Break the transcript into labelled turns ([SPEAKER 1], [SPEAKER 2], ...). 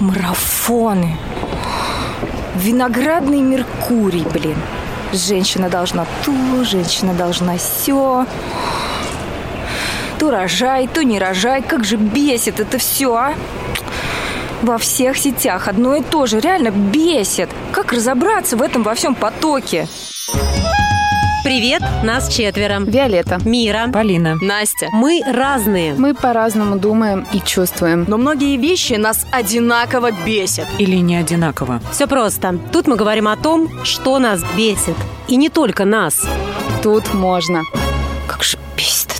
[SPEAKER 1] Марафоны. Виноградный Меркурий, блин. Женщина должна ту, женщина должна все. То рожай, то не рожай. Как же бесит это все, а? Во всех сетях одно и то же. Реально бесит. Как разобраться в этом во всем потоке?
[SPEAKER 2] Привет, нас четверо.
[SPEAKER 3] Виолетта.
[SPEAKER 2] Мира.
[SPEAKER 4] Полина.
[SPEAKER 5] Настя.
[SPEAKER 2] Мы разные.
[SPEAKER 3] Мы по-разному думаем и чувствуем.
[SPEAKER 5] Но многие вещи нас одинаково бесят.
[SPEAKER 4] Или не одинаково.
[SPEAKER 2] Все просто. Тут мы говорим о том, что нас бесит. И не только нас.
[SPEAKER 3] Тут можно.
[SPEAKER 1] Как же бесит.